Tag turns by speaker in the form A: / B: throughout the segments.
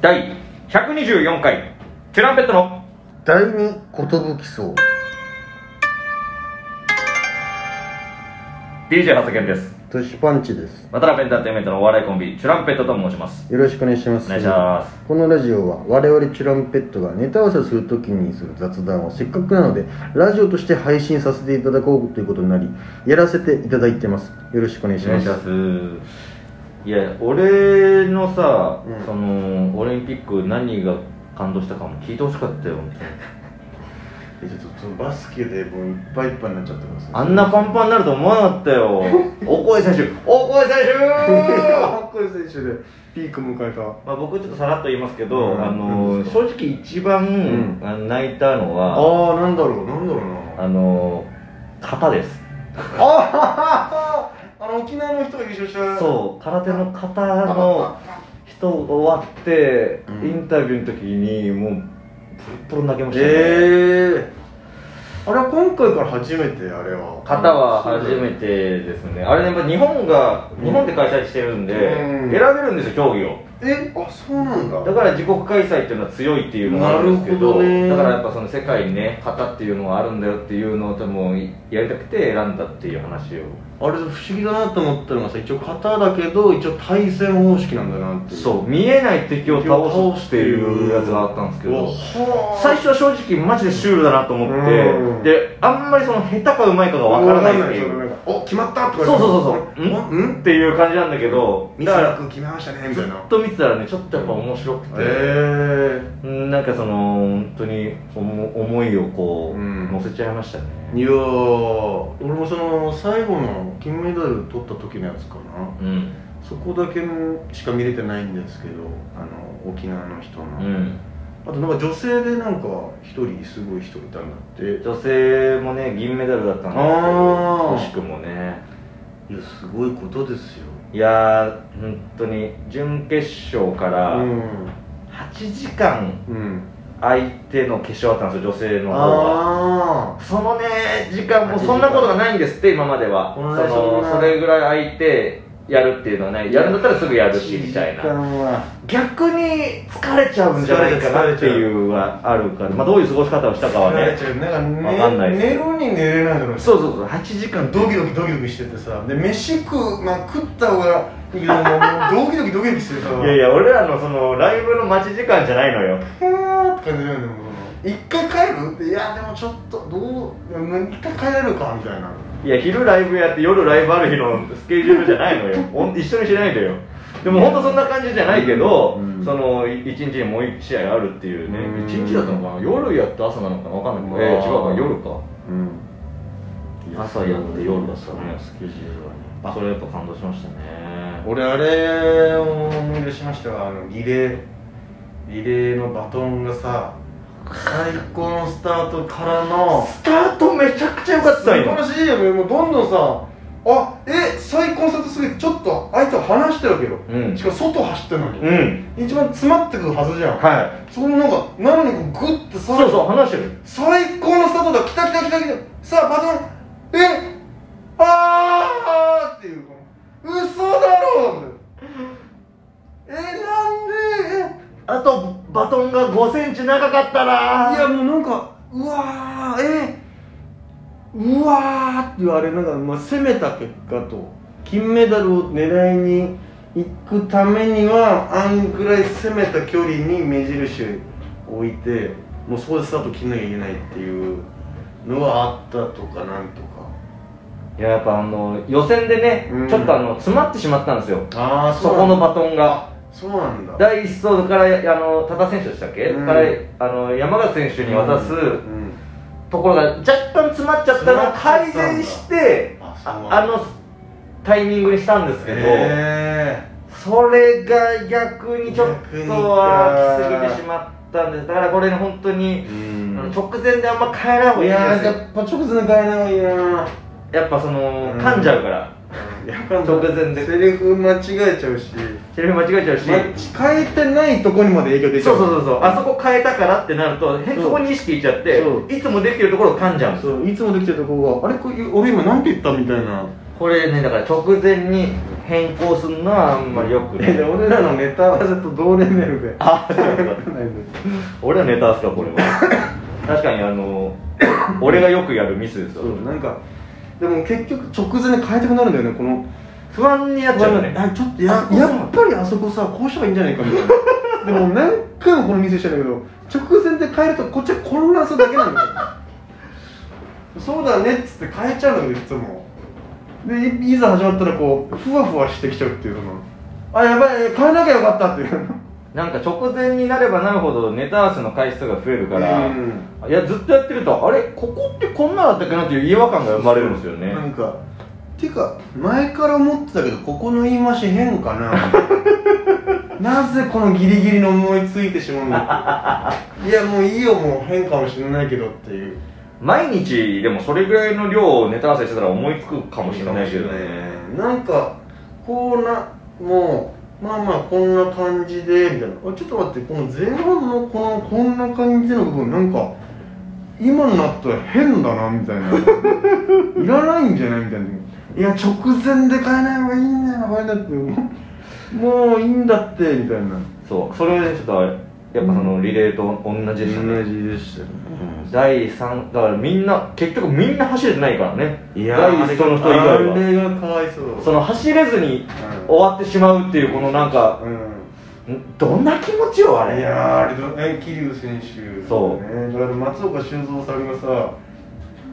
A: 第124回チュランペットの
B: 第二寿荘
A: DJ 長谷健です
B: トシパンチです
A: 渡辺エンターテインメントのお笑いコンビチュランペットと申します
B: よろしくお願いします
A: お願いします
B: このラジオは我々チュランペットがネタ合わせをするときにする雑談をせっかくなのでラジオとして配信させていただこうということになりやらせていただいてますよろしくお願いします
A: いや俺のさ、
B: うん
A: そのオリンピック何が感動したかも聞いてほしかったよ本当に
C: えちょっとそのバスケでもういっぱいいっぱいになっちゃってますね
A: あ んなパンパンになると思わなかっ たよ大声選手大声選手
C: こういう選手でピーク迎えた
A: まあ僕ちょっとさらっと言いますけど、
C: うん
A: あの
C: うん
A: 正直一番、
B: ん
A: あの泣いたのは
C: ああなんだろうなんだろうな
A: あの型です
C: あああの沖縄の人が優勝した
A: そう空手の型の人終わって、
B: うん
A: インタビューの時にもうプルプル泣けましたね、
C: ええあれは今回から初めてあれは
A: 方は初めてですねあれねやっぱ日本が
C: うん
A: 日本で開催してるんで、
C: うん
A: 選べるんですよ競技を
C: えあそうなんだ
A: だから自国開催っていうのは強いっていうのがあるんですけ
C: なる
A: ど
C: ほどね
A: だからやっぱその世界にね型っていうのがあるんだよっていうのを多分やりたくて選んだっていう話を
C: あれ不思議だなと思ったのがさ一応型だけど一応対戦方式なんだなって
A: そう見えない敵を倒すっていうやつがあったんですけ
C: うわ
A: ど
C: は
A: 最初は正直マジでシュールだなと思って、
C: うん
A: であんまりその下手かうまいかがわからないっていう
C: お決まったとか
A: そうそうそうそう
C: うんうん
A: っていう感じなんだけど
C: ミ
A: だ
C: サ
A: から
C: ラ君決めましたねみ
A: ず
C: たい
A: っ
C: な
A: と見てたらねちょっとやっぱ面白くて、
C: え
A: うんなんかその本当に思思いをこう、
C: うん
A: 乗せちゃいましたね
C: えいやー俺もその最後の金メダル取った時のやつかな
A: うん
C: そこだけしか見れてないんですけどあの沖縄の人の、
A: うん
C: あとなんか女性でなんか一人すごい人いたんだってい
A: 女性もね銀メダルだったんですけ
C: あ
A: ど
C: ー
A: 惜しくもね
C: やすごいことですよ
A: いやー本当に準決勝から
C: うん
A: 8時間
C: うん
A: 相手の決勝あったんですよ女性の方が
C: あ
A: そのね時間もそんなことがないんですって今まではそ
C: こんなそん
A: の
C: な
A: それぐらい空いてやるっていうのはねやるんだったらすぐや
C: あ
A: るしみたいな
C: 時間は
A: 逆に疲れちゃうんじゃないかなっていうはあるから、まあ、どういう過ごし方をしたかは
C: 疲れ
A: ね
C: ちゃうなんか,、ね、
A: わかんないです
C: 寝るに寝れないだろうね
A: そうそうそう8時間
C: ドキドキドキドキしててさで飯食う、まあ、食った方がいいけどもうドキドキドキドキしてさ
A: いやいや俺らのそのライブの待ち時間じゃないのよ
C: ふーって感じなんだよもう一回帰るっていやでもちょっとどうもう一回帰れるかみたいない
A: や昼ライブやって夜ライブある日のスケジュールじゃないのよお一緒にしないでよでも本当そんな感じじゃないけど、
C: うん
A: その1日にもう1試合あるっていうね、
C: うん
A: 一1日だったのかな夜やって朝なのかな分かんないけど、えー違
C: まあ
A: うか夜か
C: うん
A: 朝やって夜だったね
C: スケジュールはね
A: あそれやっぱ感動しましたね
C: 俺あれを思い出しましたわあのリレーリレーのバトンがさ最高のスタートからの
A: スタートめちゃくちゃ良かった
C: 素
A: よ
C: 晴らしいよねもうどんどんさあえ最高のスタートすぎてちょっと相手を離してるわけよ
A: うん
C: しかも外走ってるのに、
A: うん
C: 一番詰まってくるはずじゃん、
A: はい
C: そのなんかなのにこうグッてさ
A: そうそう話してる
C: 最高のスタートだ来た来た来た来たさあバトンえあーっていうこの嘘だろみたいなえなんで
A: あとバトンが5センチ長かった
C: え
A: ない
C: やもうなんかうわーえうわーっていうあれなんか、まあ、攻めた結果と金メダルを狙いに行くためにはあんぐらい攻めた距離に目印を置いてもうそこでスタート切んなきゃいけないっていうのはあったとかなんとか
A: いややっぱあの予選でね、
C: うん
A: ちょっとあの詰まってしまったんですよ
C: ああ
A: そこのバトンが
C: そうなんだ
A: 第1走からあの多田選手でしたっけ、
C: うん
A: からあの山縣選手に渡す
C: うん
A: ところが若干詰まっちゃったのを改善して
C: あそう
A: あ
C: な
A: あ
C: んだ
A: のタイミングにしたんですけど、
C: へ
A: それが逆にちょっ
C: 逆に
A: と
C: か
A: は来すぎてしまったんですだからこれね本当
C: え
A: に、あの
C: ん
A: 直前であんま変えない方が
C: い
A: いい
C: や
A: んです
C: ー
A: よ
C: やっぱ直前で変えない方がいいな
A: やっぱその、
C: うん
A: 噛んじゃうから直前で
C: セリフ間違えちゃうし
A: セリフ間違えちゃうし、
C: ま変えてないとこにまで影響出ちゃ
A: そう
C: う
A: そうそうそうあそこ変えたからってなるとへ
C: そう
A: そこに意識いっちゃって
C: そう
A: いつもできてるところを噛んじゃうんです
C: そういつもできてるとこがあれこれ俺今なんて言ったみたいな
A: これねだから直前に変更するのはあんまりよくな
C: え
A: い
C: で俺らのネタ合わせと同レベルで
A: あそういうこと
C: だいぶ
A: 俺はネタっすかこれは確かにあ の俺がよくやるミスですよ
C: そうなんかでも結局直前で変えたくなるんだよねこの
A: 不安にやっちゃうね
C: あちょっとや
A: あそう
C: やっぱりあそこさこうしたらいいんじゃないかみた いなでも何回もこの店してんだけど直前で変えるとこっちは混乱するだけなんだよそうだねっつって変えちゃうんだけどいつもでいいざ始まったらこうふわふわしてきちゃうっていうそのあやばい変えなきゃよかったっていう
A: なんか直前になればなるほどネタ合わせの回数が増えるから、
C: うん
A: いやずっとやってるとあれここってこんなだったっけなっていう違和感が生まれるんですよね
C: なんかていうか前から思ってたけどここの言い回し変か ななぜこのギリギリの思いついてしまうんだいやもういいよもう変かもしれないけどっていう
A: 毎日でもそれぐらいの量をネタ合わせしてたら思いつくかもしれないけどね
C: なんかこうなもうまあまあこんな感じでみたいなあちょっと待ってこの前半のこのこんな感じの部分なんか今になったら変だなみたい ないらないんじゃないみたいないや直前で変えない方がいいんだよなこれだってもうもういいんだってみたいな
A: そうそれでちょっとあれやっぱそのリレーと同じでしたね、
C: じでしたね
A: 第3だからみんな結局みんな走れてないからね
C: いや
A: 第1走の人以外
C: あ
A: は
C: れがかわいそう
A: その走れずに終わってしまうっていうこのなんか
C: うん
A: んどんな気持ちよあ
C: い
A: れ
C: やーあれだね桐生選手
A: そう
C: ねだから松岡修造さんがさ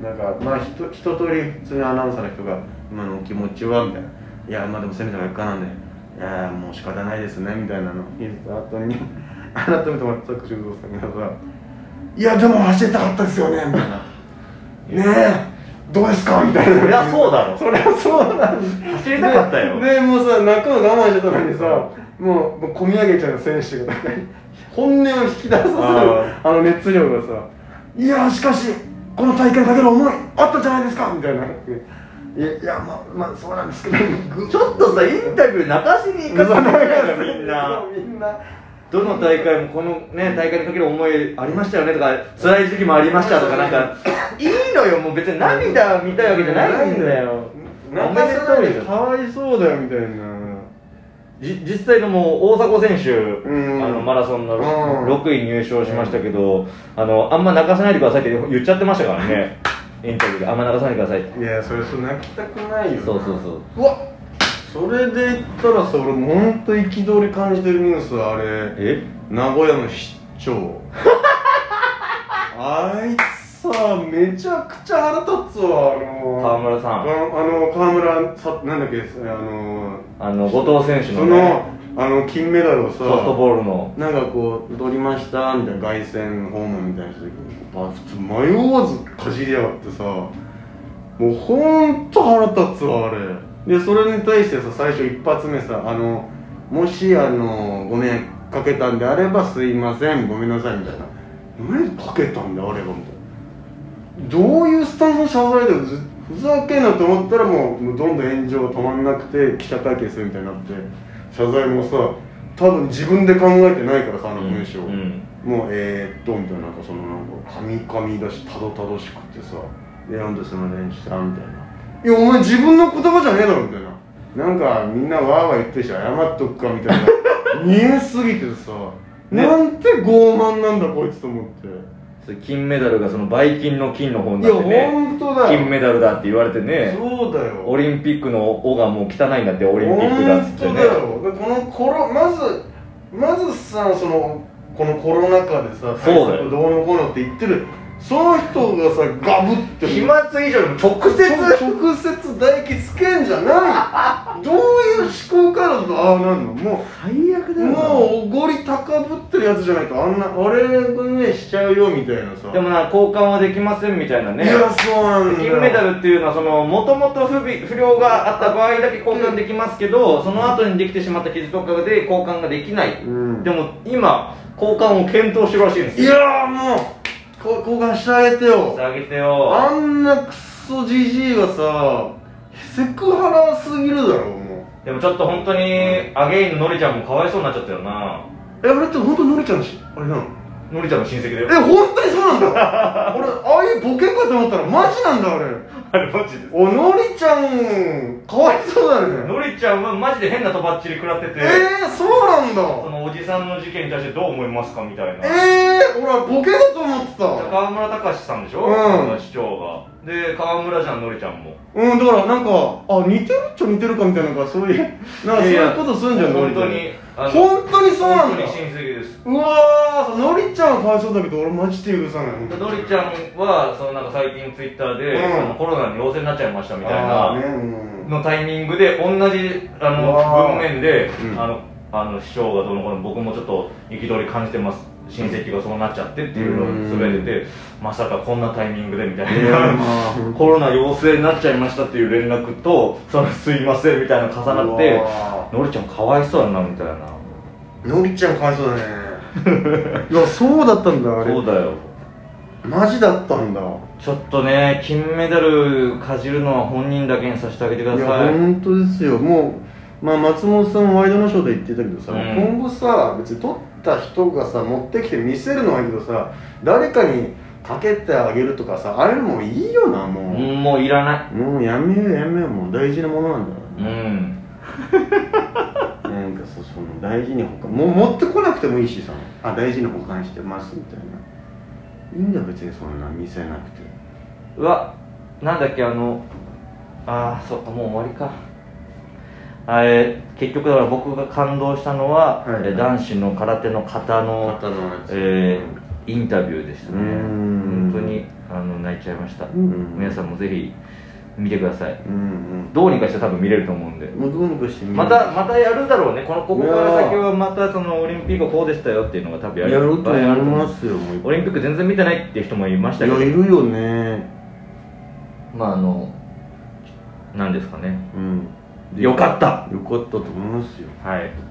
C: なんかまあひと一通り普通にアナウンサーの人が「今のお気持ちは?」みたいな「いやまあでも攻めた結果なんでいやーもう仕方ないですね」みたいなの言った後に 改めて松岡修造さんがさ「いやでも走りたかったですよね」みたい な「ねえどうですか?」みたいな
A: そりゃそうだろ
C: そりゃそうなんです
A: 走りたかったよ
C: ででもうさ泣くの我慢してたのにさもうもう込み上げちゃう選手がなんか本音を引き出させる
A: あ
C: あの熱量がさ「いやしかしこの大会かける思いあったじゃないですか」みたいな。いやいやまあまあそうなんですけどぐ
A: ちょっとさインタビュー泣かしに行かさないからみん な
C: そうみんな
A: どの大会もこのね大会にかける思いありましたよねとか辛い時期もありましたとかなん かいいのよもう別に涙見たいわけじゃないんだよお
C: 泣
A: め
C: か
A: で
C: せない
A: とう
C: で
A: よ
C: かわいそうだよみたいな
A: じ実際のもう大迫選手、
C: ん
A: あのマラソンの
C: うん
A: 6位入賞しましたけど、あのあんま泣かさないでくださいって言っちゃってましたからねインタビューであんま泣かさないでくださいって
C: いやそれそう泣きたくないよな
A: そうそうそう
C: うわそれで言ったらさ俺もうほんと憤り感じてるニュースはあれ
A: え
C: 名古屋の市 長あいつさめちゃくちゃ腹立つわあの
A: 川村さ
C: あ
A: ん
C: あの川村さなんだっけあの
A: あの後藤選手
C: そ
A: の,、ね、
C: のあの金メダルを
A: ソ
C: さ
A: フトボールの
C: なんかこう取りましたみたいな凱旋ホームみたいな人であ普通迷わずかじりやがってさもうほんと腹立つわあれでそれに対してさ最初一発目さあのもしあのご迷惑かけたんであればすいませんごめんなさいみたいな何かけたんであればみたいなどういうスタンスの謝罪だよずふざけんなと思ったらもうもうどんどん炎上止まんなくて記者会見するみたいになって謝罪もさ多分自分で考えてないからさあの文章、
A: うん
C: もうえー、っとみたいななんかそのなんかかみかみだしたどたどしくってさ「でなんでその練習した?」みたいな「いやお前自分の言葉じゃねえだろ」みたいななんかみんなわーわー言ってるし謝っとくかみたいな見えすぎてさ、
A: ね
C: なんて傲慢なんだこいつと思って
A: それ金メダルがそのバイキンの金の方に
C: い
A: な
C: や
A: ってね
C: 本当だよ
A: 金メダルだって言われてね
C: そうだよ
A: オリンピックの「お」がもう汚いんだってオリンピックだっつって
C: 本当
A: ね
C: だよでこのコロまずまずさそのこのコロナ禍でさ
A: そうだよ
C: 対策どうのこうのって言ってるその人がさガブって
A: 飛沫以上に直接
C: 直接唾液つけんじゃないどういう思考からだとああなんのも
A: 最悪
C: うもうおごり高ぶってるやつじゃないとあんな俺がねしちゃうよみたいなさ
A: でもな交換はできませんみたいないね
C: やそうなんだよ
A: 金メダルっていうのはそのもともと不備不良があった場合だけ交換できますけどその後にできてしまった傷とかで交換ができない、
C: うん
A: でも今交換を検討してるらしいんです
C: い
A: よ
C: やーもうこ交換してあげてよ
A: してあげてよ
C: あんなクソじじいがさセクハラすぎるだろも
A: でもちょっと本当にアゲインののりちゃんもかわいそうになっちゃったよな
C: うえあれって本当のりちゃんのしあれなの
A: のりちゃんの親戚だ
C: え
A: よ
C: 本当にそうな んだ俺ああいうボケかと思ったらマジなんだ俺
A: あれマジで
C: おのりちゃんかわいそうだね
A: のりちゃんはマジで変なとばっちり食らってて、
C: えー、そうなん
A: そ
C: だ
A: のおじさんの事件に対してどう思いますかみたいな、
C: えー、俺はボケだと思ってた
A: 川村隆さんでしょ、
C: うん
A: 市長がで川村じゃんのりちゃんも
C: うんだからなんかあ似てるっちゃ似てるかみたいなのがそういうなんかそういうことするんじゃん
A: 本当
C: のり
A: に
C: ち
A: あ
C: ゃん
A: の
C: 本当にそうなん
A: 本
C: だ
A: 当に親戚です
C: うわーのりちゃんはかわいそうだけど俺マジで許さない
A: でのりちゃんはそのなんか最近ツイッターで、
C: うん
A: あのコロナに陽性になっちゃいましたみたい
C: あー
A: な
C: ねうん
A: のタイミングで同じあ
C: うわ
A: の
C: ー
A: 文面で、
C: うん
A: あのあの師匠がどうのこうの僕もちょっと憤り感じてます親戚がそうなっちゃってっていうのを滑れてまさかこんなタイミングでみたいな、コロナ陽性になっちゃいましたっていう連絡とそのすいませんみたいなの重なって
C: うわ
A: のりちゃんかわいそうやなみたいな
C: ーのりちゃんかわいそうだねいやそうだったんだあれ
A: そうだよ
C: マジだったんだ
A: ちょっとね金メダルかじるのは本人だけにさせてあげてくだ
B: いや
A: さい
B: 本当ですよもう、まあ、松本さんワイドナショーで言ってたけどさ、
A: うん
B: 今後さ別に撮った人がさ持ってきて見せるのはいいけどさ誰かにかけてあげるとかさあれもういいよなもう、
A: うんもういらない
B: もうやめようやめようもう大事なものなんだか
A: うん
B: ら、なんかさその大事に保管もう持ってこなくてもいいしさあ大事に保管してますみたいないいんだよ別にそんな見せなくて
A: うわなんだっけあのああそっかもう終わりかあれ結局だから僕が感動したのは、
B: はい
A: え男子の空手の形の、
B: 肩のやつ
A: えーインタビューでしたね
B: うん
A: 本当にあの泣いちゃいました、
B: ん
A: 皆さんもぜひ見てください
B: うん
A: どうにかして多分見れると思うんで
B: うんもうどうにかしてみる
A: またまたやるだろうねこのここから先はまたそのオリンピックはこうでしたよっていうのが多分
B: や
A: や
B: る
A: る
B: と
A: いっぱいあ
B: やり
A: ると思う
B: ますよもう
A: オリンピック全然見てないっていう人もいました
B: い
A: けど
B: やいるよね
A: まああのなんですかね
B: うん
A: よかった
B: よかったと思いますよ
A: はい